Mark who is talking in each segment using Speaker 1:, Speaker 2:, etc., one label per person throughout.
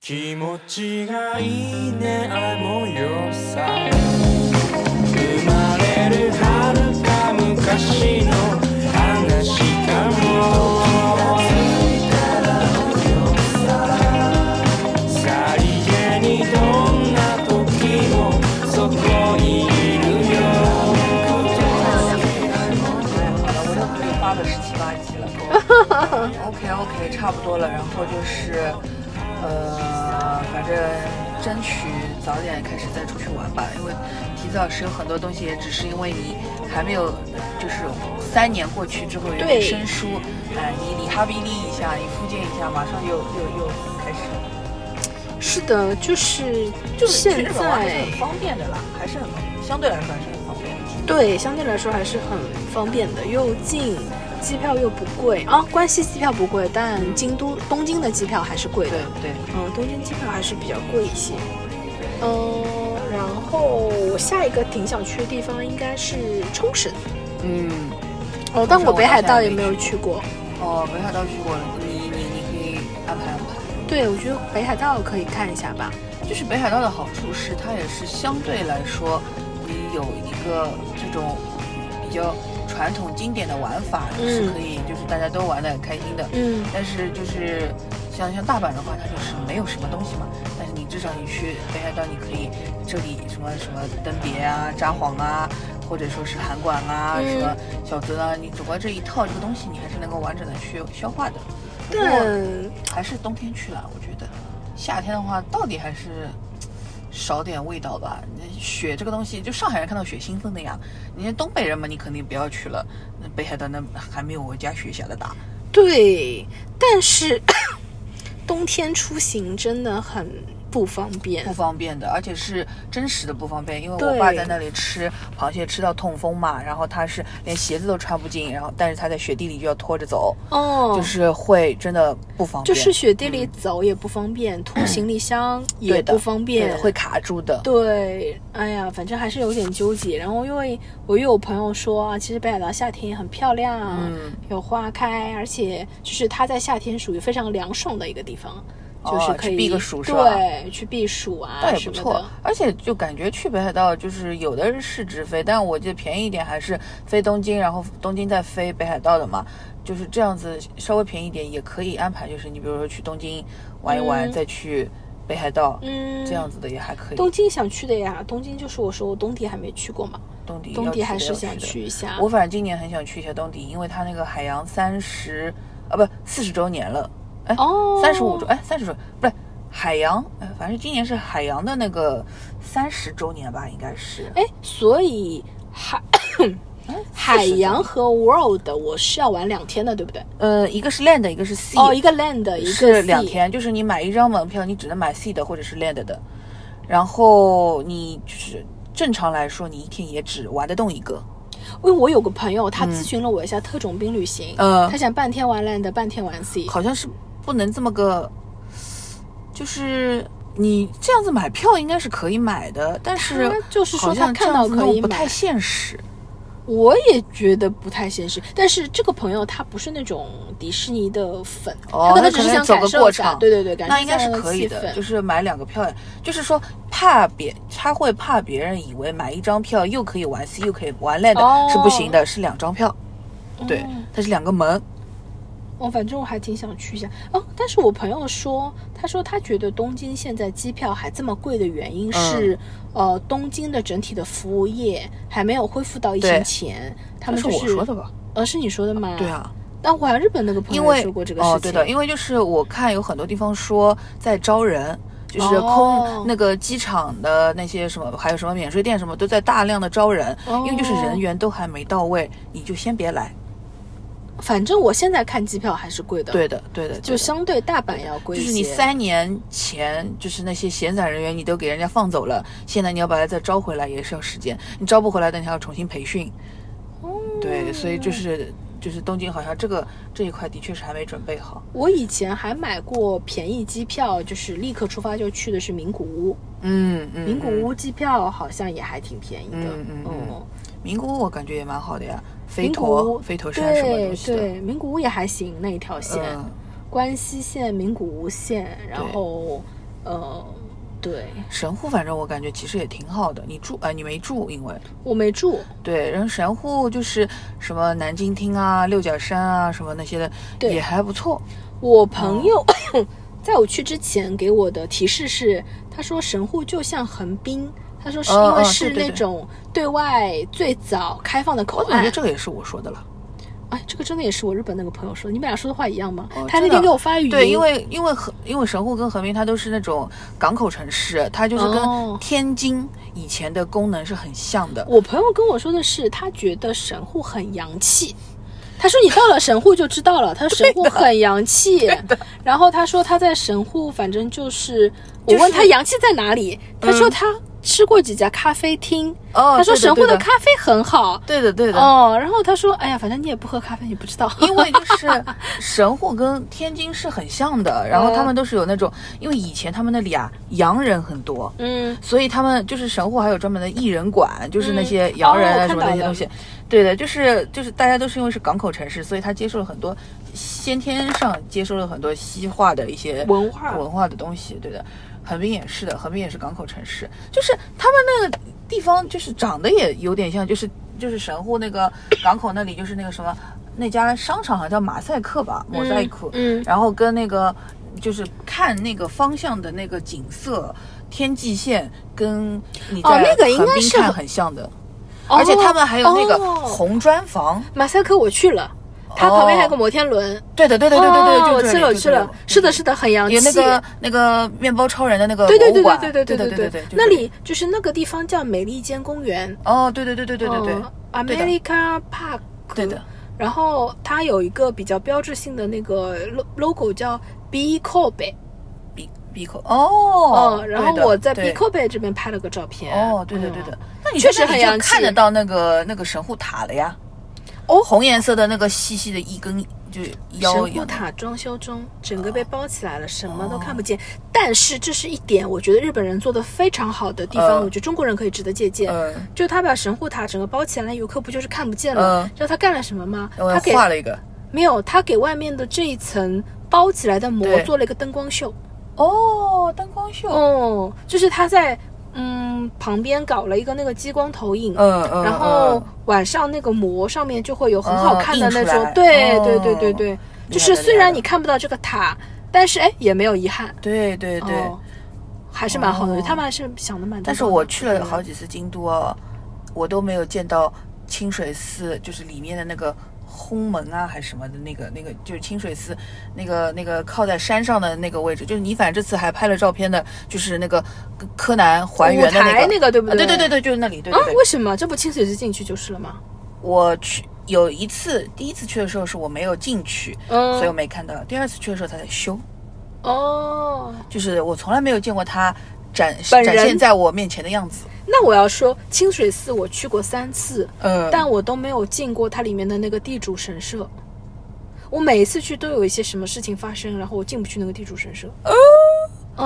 Speaker 1: 気持ちがいいねあの夜さ生まれる遥か昔の話かもさりげにどんな時もそこにいるよ
Speaker 2: 我都可以发个十七八期了。OK OK，差不多了。然后就是，呃，反正争取早点开始再出去玩吧，因为提早生很多东西也只是因为你还没有，就是三年过去之后有点
Speaker 3: 对
Speaker 2: 生疏，哎、你你哈比利一下，你复健一下，马上又又又开始。
Speaker 3: 是的，就是
Speaker 2: 就是去
Speaker 3: 现
Speaker 2: 日本玩还是
Speaker 3: 在
Speaker 2: 很方便的啦，还是很方便，相对来说还是很方便。
Speaker 3: 对相对来说还是很方便的，又近，机票又不贵啊。关西机票不贵，但京都东京的机票还是贵的。
Speaker 2: 对。
Speaker 3: 嗯，东京机票还是比较贵一些。嗯，然后我下一个挺想去的地方应该是冲绳。
Speaker 2: 嗯。
Speaker 3: 哦，但我北海道也没有去过。
Speaker 2: 哦，北海道去过了，你你你可以安排安排。
Speaker 3: 对，我觉得北海道可以看一下吧。
Speaker 2: 就是北海道的好处是，它也是相对来说，你有一个这种比较传统经典的玩法，
Speaker 3: 嗯
Speaker 2: 是可以就是大家都玩的开心的。
Speaker 3: 嗯，
Speaker 2: 但是就是像像大阪的话，它就是没有什么东西嘛。但是你至少你去北海道，你可以这里什么什么登别啊、札幌啊，或者说是函馆啊、
Speaker 3: 嗯
Speaker 2: 什么小樽啊，你走过这一套这个东西，你还是能够完整的去消化的。不过
Speaker 3: 但
Speaker 2: 还是冬天去了，我觉得夏天的话，到底还是少点味道吧。那雪这个东西，就上海人看到雪兴奋的呀。你东北人嘛，你肯定不要去了。那北海道那还没有我家雪下的大。
Speaker 3: 对，但是冬天出行真的很不方便
Speaker 2: 不。方便的，而且是真实的不方便。因为我
Speaker 3: 呃对
Speaker 2: 爸在那里吃螃蟹吃到痛风嘛，然后他是连鞋子都穿不进，然后但是他在雪地里就要拖着走，
Speaker 3: 哦，
Speaker 2: 就是会真的不方
Speaker 3: 就
Speaker 2: 便，嗯
Speaker 3: 是雪地里走也不方便，拖行李箱也
Speaker 2: 对的
Speaker 3: 不方
Speaker 2: 对
Speaker 3: 便，
Speaker 2: 会卡住的。
Speaker 3: 对，哎呀，反正还是有点纠结。然后因为我又有朋友说啊，其实北海道夏天也很漂亮，
Speaker 2: 嗯
Speaker 3: 有花开，而且就是它在夏天属于非常凉爽的一个地方，
Speaker 2: 哦
Speaker 3: 就是
Speaker 2: 去
Speaker 3: 可以
Speaker 2: 避个暑是吧
Speaker 3: 对，去避暑啊，
Speaker 2: 倒也
Speaker 3: 什
Speaker 2: 不
Speaker 3: 么
Speaker 2: 错
Speaker 3: 的，
Speaker 2: 而且就感觉去北海道就是有的是直飞，但我记得便宜一点还是飞东京，然后东京再飞北海道的嘛，就是这样子稍微便宜一点也可以安排，就是你比如说去东京玩一玩，
Speaker 3: 嗯
Speaker 2: 再去北海道、
Speaker 3: 嗯，
Speaker 2: 这样。子的也还可以。
Speaker 3: 东京想去的呀，东京就是我说我东迪还没去过嘛，
Speaker 2: 东迪
Speaker 3: 东迪
Speaker 2: 要
Speaker 3: 还
Speaker 2: 的
Speaker 3: 是
Speaker 2: 要
Speaker 3: 想
Speaker 2: 的
Speaker 3: 去啊一下。
Speaker 2: 我反正今年很想去一下东迪，因为它那个海洋三十啊不四十周年了，哎
Speaker 3: 哦，
Speaker 2: 三十五周哎三十周不是海洋哎，反正今年是海洋的那个三十周年吧，应该是
Speaker 3: 哎，所以海
Speaker 2: 哎
Speaker 3: 海
Speaker 2: 40周
Speaker 3: 洋和 World 我是要玩两天的，对不对？
Speaker 2: 呃一个是 land 一个是 sea，
Speaker 3: 哦，一个 land，一个
Speaker 2: 是两
Speaker 3: sea
Speaker 2: 天，就是你买一张门票，你只能买 sea 的或者是 land 的，然后你就是正常来说你一天也只玩得动一个，
Speaker 3: 因为我有个朋友，他咨询了我一下特种兵旅行，
Speaker 2: 嗯
Speaker 3: 他想半天玩 land，半天玩 sea，
Speaker 2: 好像是不能这么个，就是你这样子买票应该是可以买的，但是
Speaker 3: 他就是说
Speaker 2: 好像
Speaker 3: 他看
Speaker 2: 这样
Speaker 3: 到
Speaker 2: 子
Speaker 3: 可
Speaker 2: 弄
Speaker 3: 以
Speaker 2: 不
Speaker 3: 买
Speaker 2: 太现实。
Speaker 3: 我也觉得不太现实。但是这个朋友他不是那种迪士尼的粉，
Speaker 2: 哦
Speaker 3: 他可
Speaker 2: 那
Speaker 3: 能
Speaker 2: 可
Speaker 3: 只是
Speaker 2: 能
Speaker 3: 想
Speaker 2: 走
Speaker 3: 感
Speaker 2: 个
Speaker 3: 受
Speaker 2: 过
Speaker 3: 一下，
Speaker 2: 场
Speaker 3: 对对对，感受
Speaker 2: 那应该是
Speaker 3: 一下
Speaker 2: 可以
Speaker 3: 气
Speaker 2: 的，
Speaker 3: 氛
Speaker 2: 就是买两个票，就是说怕别他会怕别人以为买一张票又可以玩 C 又可以玩 Land、
Speaker 3: 哦
Speaker 2: 是不行的，是两张票，对，
Speaker 3: 哦
Speaker 2: 它是两个门，
Speaker 3: 哦，反正我还挺想去一下哦。但是我朋友说，他说他觉得东京现在机票还这么贵的原
Speaker 2: 嗯
Speaker 3: 因是，呃，东京的整体的服务业还没有恢复到疫
Speaker 2: 对
Speaker 3: 情前。他们
Speaker 2: 这
Speaker 3: 就是是
Speaker 2: 我说的吧？
Speaker 3: 呃，是你说的吗？
Speaker 2: 对。啊，
Speaker 3: 但我好像日本那个朋
Speaker 2: 因
Speaker 3: 友
Speaker 2: 为
Speaker 3: 说过这个事情。
Speaker 2: 哦，对的，因为就是我看有很多地方说在招人，就是空、
Speaker 3: 哦
Speaker 2: 那个机场的那些什么，还有什么免税店什么都在大量的招人，因为就是
Speaker 3: 哦
Speaker 2: 人员都还没到位，你就先别来。
Speaker 3: 反正我现在看机票还是贵的，，
Speaker 2: 对的，对的，
Speaker 3: 就
Speaker 2: 对的
Speaker 3: 相对大阪要贵
Speaker 2: 就
Speaker 3: 一些。
Speaker 2: 是你三年前就是那些闲散人员你都给人家放走了，现在你要把他再招回来也是要时间，你招不回来，那你还要重新培训。
Speaker 3: 哦
Speaker 2: 对，所以就是就是东京好像这个这一块的确是还没准备好。
Speaker 3: 我以前还买过便宜机票，就是立刻出发就去的是名古屋，
Speaker 2: 嗯嗯，
Speaker 3: 名古
Speaker 2: 嗯
Speaker 3: 屋机票好像也还挺便宜的，
Speaker 2: 嗯嗯嗯名古屋我感觉也蛮好的呀，飞
Speaker 3: 名古屋
Speaker 2: 陀、飞陀山什么
Speaker 3: 对
Speaker 2: 东西的。
Speaker 3: 对，名古屋也还行那一条线，
Speaker 2: 嗯，
Speaker 3: 关西线、名古屋线，然后呃，对
Speaker 2: 神户反正我感觉其实也挺好的。你住哎、你没住，因为
Speaker 3: 我没住，
Speaker 2: 对，然后神户就是什么南京町啊、六甲山啊什么那些的，
Speaker 3: 对
Speaker 2: 也还不错。
Speaker 3: 我
Speaker 2: 哦
Speaker 3: 朋友、 在我去之前给我的提示是，他说神户就像横滨，他说是
Speaker 2: 哦
Speaker 3: 因为
Speaker 2: 哦
Speaker 3: 是
Speaker 2: 对对
Speaker 3: 那
Speaker 2: 对
Speaker 3: 种对外最早开放的口
Speaker 2: 我
Speaker 3: 岸。
Speaker 2: 感觉这个也是我说的了。
Speaker 3: 哎，这个真的也是我日本那个朋友说的，你们俩说的话一样吗？
Speaker 2: 哦
Speaker 3: 他
Speaker 2: 真
Speaker 3: 那
Speaker 2: 的
Speaker 3: 天给我发语音，
Speaker 2: 对，因为因为和因为神户跟和平它都是那种港口城市，它就是
Speaker 3: 哦
Speaker 2: 跟天津以前的功能是很像的。
Speaker 3: 我朋友跟我说的是，他觉得神户很洋气。他说你到了神户就知道了。他说神户很洋 气，然后他说他在神户，反正就是我
Speaker 2: 就是
Speaker 3: 问他洋气在哪里，他说他吃过几家咖啡厅，
Speaker 2: 哦
Speaker 3: 他说
Speaker 2: 对的
Speaker 3: 神户
Speaker 2: 对的
Speaker 3: 的咖啡很好。
Speaker 2: 对的，对的。
Speaker 3: 哦，然后他说：“哎呀，反正你也不喝咖啡，你不知道。
Speaker 2: 因为就是神户跟天津是很像的，然
Speaker 3: 哦
Speaker 2: 后他们都是有那种，因为以前他们那里啊洋人很多，
Speaker 3: 嗯，
Speaker 2: 所以他们就是神户还有专门的艺人馆，就是那些
Speaker 3: 嗯
Speaker 2: 洋人
Speaker 3: 哦
Speaker 2: 啊
Speaker 3: 我
Speaker 2: 什么
Speaker 3: 看
Speaker 2: 那
Speaker 3: 到
Speaker 2: 些
Speaker 3: 了
Speaker 2: 东西。对的，就是就是大家都是因为是港口城市，所以他接受了很多先天上接受了很多西化的一些
Speaker 3: 文化
Speaker 2: 文化的东西。对的，横滨也是的，横滨也是港口城市，就是他们那个地方就是长得也有点像，就是就是神户那个港口那里就是那个什么那家商场好像叫马赛克吧，莫赛克，
Speaker 3: 嗯嗯
Speaker 2: 然后跟那个就是看那个方向的那个景色。天际线跟你
Speaker 3: 哦
Speaker 2: 在
Speaker 3: 那个应
Speaker 2: 横
Speaker 3: 该
Speaker 2: 滨
Speaker 3: 是
Speaker 2: 看
Speaker 3: 很
Speaker 2: 很像的，而且他们还有那个
Speaker 3: 哦
Speaker 2: 红砖房。
Speaker 3: 马赛克我去了，他旁边还有个摩天轮。
Speaker 2: 对的，对对对对对，
Speaker 3: 哦
Speaker 2: 就
Speaker 3: 我
Speaker 2: 这
Speaker 3: 去
Speaker 2: 里
Speaker 3: 了，我
Speaker 2: 就
Speaker 3: 去
Speaker 2: 这里
Speaker 3: 了。是的，是的，很洋气。
Speaker 2: 有那个那个面包超人的那个
Speaker 3: 对对
Speaker 2: 博
Speaker 3: 对
Speaker 2: 物馆，
Speaker 3: 对对
Speaker 2: 对
Speaker 3: 对
Speaker 2: 对
Speaker 3: 对
Speaker 2: 对就
Speaker 3: 那
Speaker 2: 这
Speaker 3: 里就是那个地方叫美利坚公园，
Speaker 2: 哦，对对对对对对对
Speaker 3: 嗯，，America Park，
Speaker 2: 对的。
Speaker 3: 然后它有一个比较标志性的那个 lo- logo 叫 B Kobe，
Speaker 2: 鼻鼻口哦，
Speaker 3: 嗯，然后
Speaker 2: 对的
Speaker 3: 我在 B
Speaker 2: 对
Speaker 3: Kobe 这边拍了个照片。
Speaker 2: 哦，对的
Speaker 3: 嗯
Speaker 2: 对的，那你
Speaker 3: 确
Speaker 2: 在
Speaker 3: 实
Speaker 2: 那里
Speaker 3: 很
Speaker 2: 就
Speaker 3: 洋
Speaker 2: 看
Speaker 3: 气
Speaker 2: 得到那个那个神户塔了呀。
Speaker 3: 哦
Speaker 2: 红颜色的那个细细的一根就腰一
Speaker 3: 神户
Speaker 2: 样的。
Speaker 3: 塔装修中，整个被包起来了，什么都看不见。但是这是一点，我觉得日本人做的非常好的地方，
Speaker 2: 嗯
Speaker 3: 我觉得中国人可以值得借鉴。
Speaker 2: 嗯
Speaker 3: 就他把神户塔整个包起来，游客不就是看不见了？
Speaker 2: 嗯
Speaker 3: 知道他干了什么吗？
Speaker 2: 我
Speaker 3: 他给
Speaker 2: 画了一个
Speaker 3: 没有，他给外面的这一层包起来的膜
Speaker 2: 对
Speaker 3: 做了一个灯光秀。
Speaker 2: 哦，灯光秀，
Speaker 3: 哦，就是他在嗯旁边搞了一个那个激光投影，
Speaker 2: 嗯嗯，
Speaker 3: 然后
Speaker 2: 嗯
Speaker 3: 晚上那个膜上面就会有很好看的那
Speaker 2: 哦印出
Speaker 3: 种。
Speaker 2: 来
Speaker 3: 对
Speaker 2: 哦
Speaker 3: 对对对对，就是虽然你看不到这个塔，但是哎也没有遗憾。
Speaker 2: 对对对，
Speaker 3: 哦还是蛮好的，
Speaker 2: 哦
Speaker 3: 他们还是想的蛮多的。
Speaker 2: 但是我去了好几次京都哦，我都没有见到清水寺，就是里面的那个轰门啊，还是什么的那个那个，就是清水寺那个那个靠在山上的那个位置。就是你反正这次还拍了照片的，就是那个柯南还原的
Speaker 3: 舞台
Speaker 2: 那个，
Speaker 3: 那个对
Speaker 2: 啊
Speaker 3: 不
Speaker 2: 对
Speaker 3: 对
Speaker 2: 对对对，就是那里。对
Speaker 3: 啊
Speaker 2: 对对，，
Speaker 3: 为什么这不清水寺进去就是了吗？
Speaker 2: 我去有一次，第一次去的时候是我没有进去，
Speaker 3: 嗯，
Speaker 2: 所以我没看到。第二次去的时候他在修，
Speaker 3: 哦，
Speaker 2: 就是我从来没有见过他展
Speaker 3: 本
Speaker 2: 展
Speaker 3: 人
Speaker 2: 现在我面前的样子。
Speaker 3: 那我要说清水寺我去过三次，
Speaker 2: 嗯，
Speaker 3: 但我都没有进过它里面的那个地主神社。我每一次去都有一些什么事情发生，然后我进不去那个地主神社。哦，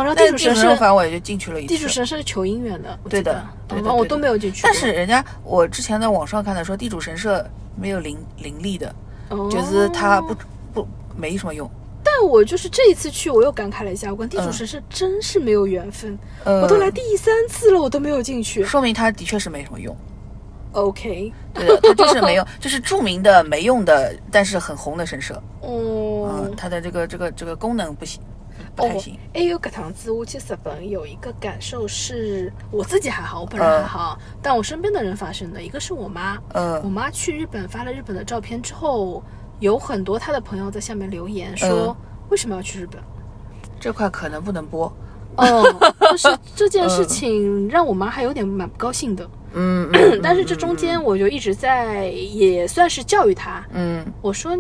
Speaker 3: 然后
Speaker 2: 但
Speaker 3: 地
Speaker 2: 是
Speaker 3: 主
Speaker 2: 进
Speaker 3: 神
Speaker 2: 入反
Speaker 3: 社，
Speaker 2: 正我也就进去了一次。
Speaker 3: 地主神社是求姻缘的，我
Speaker 2: 对
Speaker 3: 记得
Speaker 2: 的对的
Speaker 3: 然后我
Speaker 2: 对的
Speaker 3: 都没有进去过。
Speaker 2: 但是人家我之前在网上看的说，地主神社没有灵灵力的，
Speaker 3: 哦
Speaker 2: 就是它不不没什么用。
Speaker 3: 但我就是这一次去，我又感慨了一下，我跟地主
Speaker 2: 嗯
Speaker 3: 神社真是没有缘分。
Speaker 2: 呃，
Speaker 3: 我都来第三次了，我都没有进去。
Speaker 2: 说明它的确是没什么用。
Speaker 3: OK，
Speaker 2: 对的，它就是 没用，就是著名的没用的，但是很红的神社。
Speaker 3: 哦、
Speaker 2: 嗯，它的这个这个这个功能不行，不
Speaker 3: 哦，
Speaker 2: 太行。
Speaker 3: 还有搿趟子我去日本有一个感受是，我自己还好，我本人还好，但我身边的人发生的，一个是我妈，我
Speaker 2: 嗯
Speaker 3: 妈去日本发了日本的照片之后，有很多她的朋友在下面留言
Speaker 2: 嗯
Speaker 3: 说。为什么要去日本？
Speaker 2: 这块可能不能播。
Speaker 3: 哦，就是这件事情让我妈还有点蛮不高兴的。
Speaker 2: 嗯嗯
Speaker 3: 但是这中间我就一直在，也算是教育她。
Speaker 2: 嗯
Speaker 3: 我说，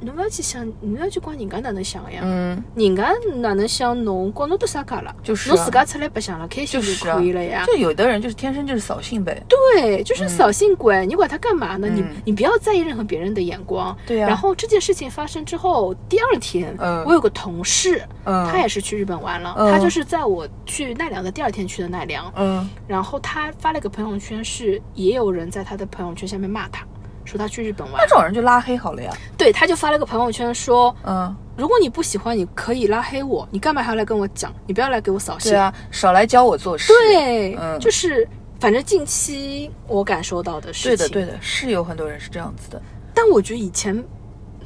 Speaker 3: 侬不要去想，侬要去管人家哪能想呀。
Speaker 2: 嗯，
Speaker 3: 人家哪能想侬，关侬都啥噶了？
Speaker 2: 就是
Speaker 3: 侬
Speaker 2: 啊
Speaker 3: 自家出来白相了，开心
Speaker 2: 就
Speaker 3: 就是
Speaker 2: 啊
Speaker 3: 可以了呀。
Speaker 2: 就有的人就是天生就是扫兴呗。
Speaker 3: 对，就是扫兴鬼，你管他干嘛呢？你
Speaker 2: 嗯
Speaker 3: 你不要在意任何别人的眼光。
Speaker 2: 对呀
Speaker 3: 然后这件事情发生之后，第二天，
Speaker 2: 嗯
Speaker 3: 我有个同事，
Speaker 2: 嗯
Speaker 3: 他也是去日本玩了，
Speaker 2: 嗯
Speaker 3: 他就是在我去奈良的第二天去的奈良，
Speaker 2: 嗯
Speaker 3: 然后他发了个朋友圈是，也有人在他的朋友圈下面骂他，说他去日本玩
Speaker 2: 那，种人就拉黑好了呀。
Speaker 3: 对，他就发了个朋友圈说，
Speaker 2: 嗯
Speaker 3: 如果你不喜欢，你可以拉黑我，你干嘛还要来跟我讲？你不要来给我扫兴。
Speaker 2: 对啊，少来教我做事。
Speaker 3: 对
Speaker 2: 嗯
Speaker 3: 就是反正近期我感受到的事
Speaker 2: 对
Speaker 3: 情，
Speaker 2: 的，对的，是有很多人是这样子的。
Speaker 3: 但我觉得以前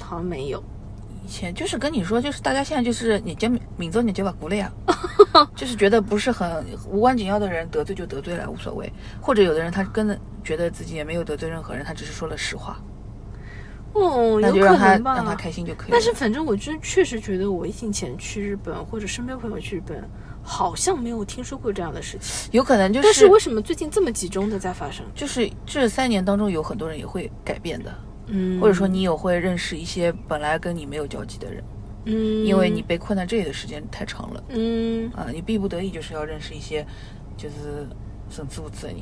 Speaker 3: 好像没有，
Speaker 2: 以前就是跟你说，就是大家现在就是你就抿着你就把过了 呀，啊就是觉得不是很无关紧要的人得罪就得罪了，无所谓。或者有的人他真的觉得自己也没有得罪任何人，他只是说了实话，
Speaker 3: 哦，
Speaker 2: 那
Speaker 3: 有
Speaker 2: 就让
Speaker 3: 可
Speaker 2: 他
Speaker 3: 能吧。
Speaker 2: 让他开心就可以了。
Speaker 3: 但是反正我真确实觉得，我疫情前去日本或者身边朋友去日本，好像没有听说过这样的事情。
Speaker 2: 有可能就
Speaker 3: 但
Speaker 2: 是
Speaker 3: 是为什么最近这么集中的在发生？
Speaker 2: 就是这三年当中有很多人也会改变的，
Speaker 3: 嗯，
Speaker 2: 或者说你有会认识一些本来跟你没有交集的人，
Speaker 3: 嗯，
Speaker 2: 因为你被困在这里的时间太长了
Speaker 3: 嗯，
Speaker 2: 啊，你逼不得已就是要认识一些就是神志不治的人。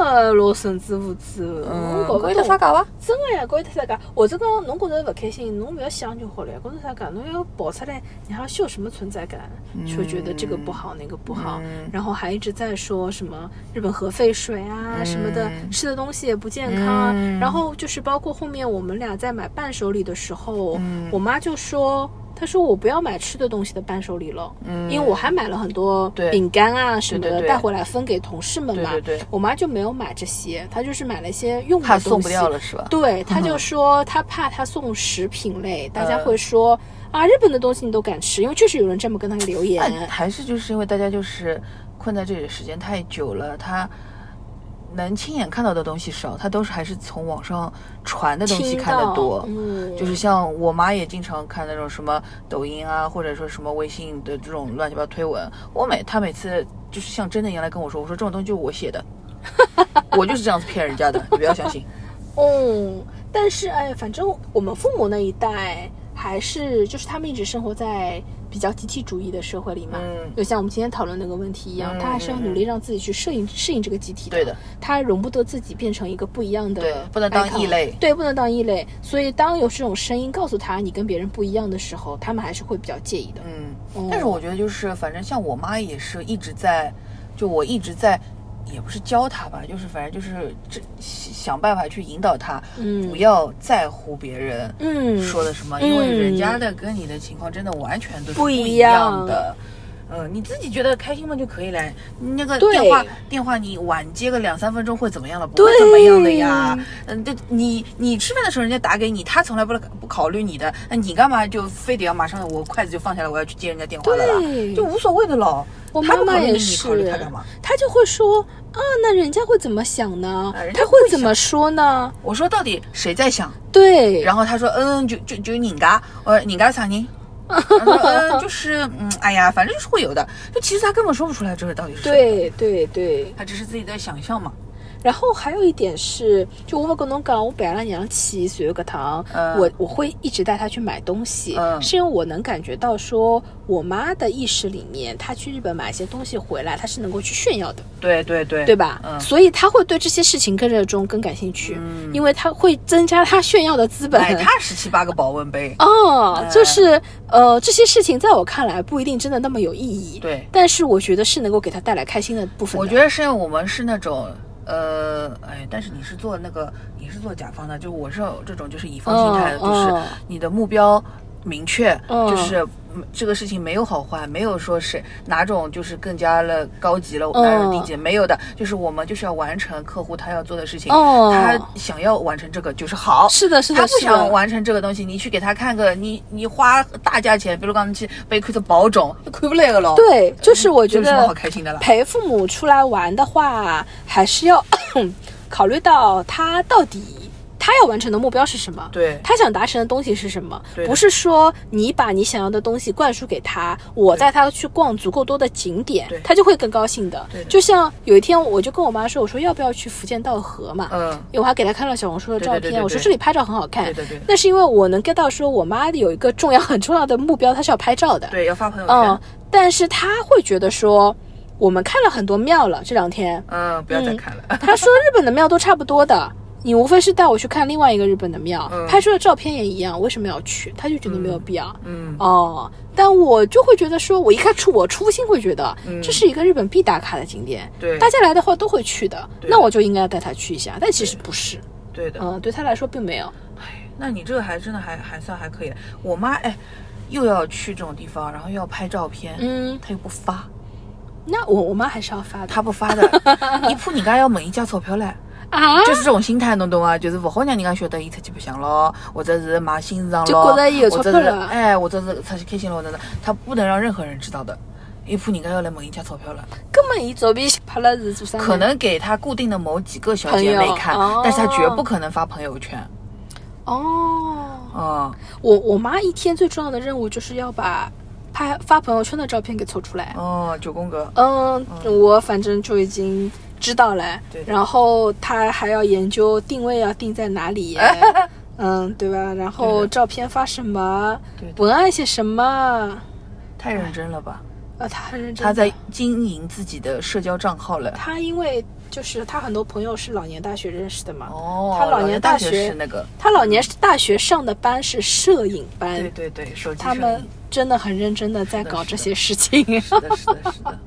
Speaker 3: 呃，罗森之父子，
Speaker 2: 嗯，
Speaker 3: 我搞
Speaker 2: 可
Speaker 3: 不
Speaker 2: 以的发
Speaker 3: 懂。
Speaker 2: 嘎吧。
Speaker 3: 真的呀，搞一啥讲？我这个侬觉得不开心，侬不要想就好了呀。搞成啥讲？侬要爆出来，你还要秀什么存在感？说觉得这个不好，那个不好，
Speaker 2: 嗯
Speaker 3: 然后还一直在说什么日本核废水啊、什么的，
Speaker 2: 嗯
Speaker 3: 吃的东西也不健康啊。
Speaker 2: 嗯
Speaker 3: 然后就是包括后面我们俩在买伴手礼的时候，
Speaker 2: 嗯
Speaker 3: 我妈就说。她说我不要买吃的东西的伴手礼了，
Speaker 2: 嗯
Speaker 3: 因为我还买了很多
Speaker 2: 对
Speaker 3: 饼干啊什么的
Speaker 2: 对对对
Speaker 3: 带回来分给同事们嘛。
Speaker 2: 对对对
Speaker 3: 我妈就没有买这些，她就是买了一些用的
Speaker 2: 怕
Speaker 3: 东西。
Speaker 2: 送不掉了是吧？
Speaker 3: 对，他就说他怕他送食品类，大
Speaker 2: 嗯
Speaker 3: 家会说啊，日本的东西你都敢吃，因为确实有人这么跟他留 言。
Speaker 2: 那还是就是因为大家就是困在这里的时间太久了，他能亲眼看到的东西少，他都是还是从网上传的东西
Speaker 3: 听
Speaker 2: 看得
Speaker 3: 到，
Speaker 2: 多。
Speaker 3: 嗯，
Speaker 2: 就是像我妈也经常看那种什么抖音啊，或者说什么微信的这种乱七八糟推文。我每她每次就是像真的一样来跟我说，我说这种东西就是我写的， 我就是这样子骗人家的，你不要相信。
Speaker 3: 嗯，但是哎，反正我们父母那一代还是就是他们一直生活在比较集体主义的社会里嘛，
Speaker 2: 嗯
Speaker 3: 就像我们今天讨论那个问题一
Speaker 2: 嗯
Speaker 3: 样，他还是要努力让自己去适应适应这个集体
Speaker 2: 对的，
Speaker 3: 他容不得自己变成一个不一样的 icon，
Speaker 2: 对不能当异类
Speaker 3: 对，不能当异类。所以当有这种声音告诉他你跟别人不一样的时候，他们还是会比较介意的。
Speaker 2: 嗯，
Speaker 3: 嗯
Speaker 2: 但是我觉得就是，反正像我妈也是一直在，就我一直在，也不是教她吧，就是反正就是这想办法去引导她，
Speaker 3: 嗯
Speaker 2: 不要在乎别人
Speaker 3: 嗯，
Speaker 2: 说的什么，
Speaker 3: 嗯
Speaker 2: 因为人家的跟你的情况真的完全都是
Speaker 3: 不
Speaker 2: 一
Speaker 3: 一
Speaker 2: 样
Speaker 3: 样
Speaker 2: 的。嗯，你自己觉得开心嘛就可以了。那个
Speaker 3: 对
Speaker 2: 电话电话你晚接个两三分钟会怎么样了？不会怎么样的呀
Speaker 3: 对。
Speaker 2: 嗯，这你你吃饭的时候人家打给你，他从来不不考虑你的，那你干嘛就非得要马上我筷子就放下来，我要去接人家电话了啦？
Speaker 3: 对
Speaker 2: 就无所谓的咯。
Speaker 3: 我
Speaker 2: 他
Speaker 3: 妈
Speaker 2: 不考
Speaker 3: 妈
Speaker 2: 虑
Speaker 3: 也
Speaker 2: 你
Speaker 3: 是，
Speaker 2: 你考虑他干嘛？
Speaker 3: 她就会说啊，那人家会怎么想呢？
Speaker 2: 啊人家
Speaker 3: 他
Speaker 2: 不会
Speaker 3: 怎么说呢？
Speaker 2: 我说到底谁在想？
Speaker 3: 对，
Speaker 2: 然后他说，嗯，就就就人家，呃，人家啥人？他说， 嗯，就是，嗯，哎呀，反正就是会有的。就其实他根本说不出来这个到底是什么，
Speaker 3: 对对对。
Speaker 2: 他只是自己在想象嘛。
Speaker 3: 然后还有一点是，就我不跟侬讲，我陪了娘去所有课堂，
Speaker 2: 嗯
Speaker 3: 我我会一直带她去买东西，
Speaker 2: 嗯
Speaker 3: 是因为我能感觉到说，我妈的意识里面，她去日本买一些东西回来，她是能够去炫耀的，
Speaker 2: 对对对，
Speaker 3: 对吧？
Speaker 2: 嗯
Speaker 3: 所以她会对这些事情更热衷、更感兴趣，
Speaker 2: 嗯
Speaker 3: 因为她会增加她炫耀的资本。
Speaker 2: 买哎他十七八个保温杯，
Speaker 3: 哦，
Speaker 2: 嗯
Speaker 3: 就是呃，这些事情在我看来不一定真的那么有意义，
Speaker 2: 对
Speaker 3: 但是我觉得是能够给他带来开心的部分的。
Speaker 2: 我觉得是因为我们是那种。呃，哎，但是你是做那个，你是做甲方的，就我是这种，就是乙方心态的，
Speaker 3: 嗯
Speaker 2: 就是
Speaker 3: 嗯
Speaker 2: 你的目标明确，
Speaker 3: 嗯
Speaker 2: 就是嗯这个事情没有好坏，没有说是哪种就是更加了高级了，
Speaker 3: 嗯
Speaker 2: 哪种低级，没有的，就是我们就是要完成客户他要做的事情，
Speaker 3: 嗯
Speaker 2: 他想要完成这个就是好，
Speaker 3: 是的，是的，
Speaker 2: 他不
Speaker 3: 是的
Speaker 2: 想完成这个东西，你去给他看个，你你花大价钱，比如讲你去被看着保种，看不来个咯，，
Speaker 3: 对，就是我
Speaker 2: 嗯
Speaker 3: 觉
Speaker 2: 有什么好
Speaker 3: 得
Speaker 2: 开心的啦？
Speaker 3: 陪父母出来玩的话，还是要 考虑到他到底他要完成的目标是什么。
Speaker 2: 对，
Speaker 3: 他想达成的东西是什么
Speaker 2: 对？的
Speaker 3: 不是说你把你想要的东西灌输给他，我带他去逛足够多的景点
Speaker 2: 对，
Speaker 3: 他就会更高兴的
Speaker 2: 对的。
Speaker 3: 就像有一天，我就跟我妈说，我说要不要去福建道河嘛？
Speaker 2: 嗯。
Speaker 3: 因为我还给他看了小红书的照片，
Speaker 2: 对对对对对
Speaker 3: 我说这里拍照很好看。
Speaker 2: 对对对
Speaker 3: 那是因为我能 get 到说我妈有一个重要很重要的目标，她是要拍照的。
Speaker 2: 对，要发朋友
Speaker 3: 嗯
Speaker 2: 圈。，
Speaker 3: 但是她会觉得说，我们看了很多庙了，这 两天，
Speaker 2: 嗯，不要再看了。
Speaker 3: 她说日本的庙都差不多的。你无非是带我去看另外一个日本的庙，
Speaker 2: 嗯
Speaker 3: 拍出的照片也一样，为什么要去？她就觉得没有必要。
Speaker 2: 嗯，
Speaker 3: 哦，但我就会觉得说，我一开始我初心会觉得
Speaker 2: 嗯
Speaker 3: 这是一个日本必打卡的景点，
Speaker 2: 对
Speaker 3: 大家来的话都会去的，
Speaker 2: 对
Speaker 3: 那我就应该带他去一下。但其实不是，嗯
Speaker 2: 对的。
Speaker 3: 嗯，对他来说并没有。
Speaker 2: 那你这个还真的还还算还可以。我妈哎，又要去这种地方，然后又要拍照片，
Speaker 3: 嗯，
Speaker 2: 他又不发，
Speaker 3: 那我我妈还是要发的
Speaker 2: 他不发 的，伊怕人家要问伊借钞票唻。
Speaker 3: 啊，
Speaker 2: 就是这种心态，侬懂伐？就是勿好让人家晓得伊出去白相咯，或者是买新衣裳
Speaker 3: 就
Speaker 2: 咯，
Speaker 3: 觉得伊有钞
Speaker 2: 或者
Speaker 3: 票
Speaker 2: 是
Speaker 3: 了
Speaker 2: 哎，或者是出去开心了，或者是他不能让任何人知道的，伊怕人家要来问伊借钞票了。
Speaker 3: 根本伊照片拍了是做啥呢？
Speaker 2: 可能给他固定的某几个小姐妹看
Speaker 3: 嗯朋友哦，
Speaker 2: 但是他绝不可能发朋友圈。
Speaker 3: 哦，
Speaker 2: 嗯，
Speaker 3: 我我妈一天最重要的任务就是要把拍发朋友圈的照片给凑出来。
Speaker 2: 哦，九宫格，
Speaker 3: 嗯，我反正就已经知道了。
Speaker 2: 对的
Speaker 3: 然后她还要研究定位要定在哪 里，嗯，对吧？然
Speaker 2: 对
Speaker 3: 后
Speaker 2: 的
Speaker 3: 照片发什么
Speaker 2: 对，的
Speaker 3: 文案写什么。
Speaker 2: 太认真了吧？
Speaker 3: 呃，她很认真的。
Speaker 2: 他在经营自己的社交账号了。
Speaker 3: 她因为就是她很多朋友是老年大学认识的嘛。
Speaker 2: 哦，
Speaker 3: 他老
Speaker 2: 老
Speaker 3: 年
Speaker 2: 年
Speaker 3: 大
Speaker 2: 大
Speaker 3: 学
Speaker 2: 学是那个，
Speaker 3: 她老年大学上的班是摄影班，
Speaker 2: 对对对，手机
Speaker 3: 嗯他
Speaker 2: 摄
Speaker 3: 们
Speaker 2: 影，
Speaker 3: 真的很认真的在
Speaker 2: 的
Speaker 3: 搞
Speaker 2: 是
Speaker 3: 这
Speaker 2: 的
Speaker 3: 些事情。
Speaker 2: 是的，是的，是的。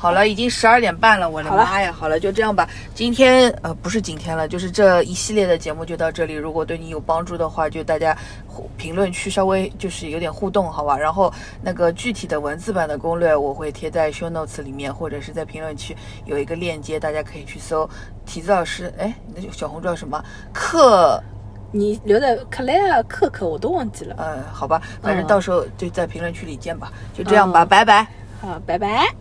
Speaker 2: 好了，已经十二点半了，我的
Speaker 3: 好了
Speaker 2: 妈呀！好了，就这样吧。今天呃，不是今天了，就是这一系列的节目就到这里。如果对你有帮助的话，就大家互评论区稍微就是有点互动，好吧？然后那个具体的文字版的攻略，我会贴在 show notes 里面，或者是在评论区有一个链接，大家可以去搜提子老师，哎，那就小红叫什么课？
Speaker 3: 你留在克莱尔、克克，我都忘记了。
Speaker 2: 呃，好吧，反正
Speaker 3: 嗯
Speaker 2: 到时候就在评论区里见吧。就这样吧，
Speaker 3: 嗯
Speaker 2: 拜拜。
Speaker 3: 好，拜拜。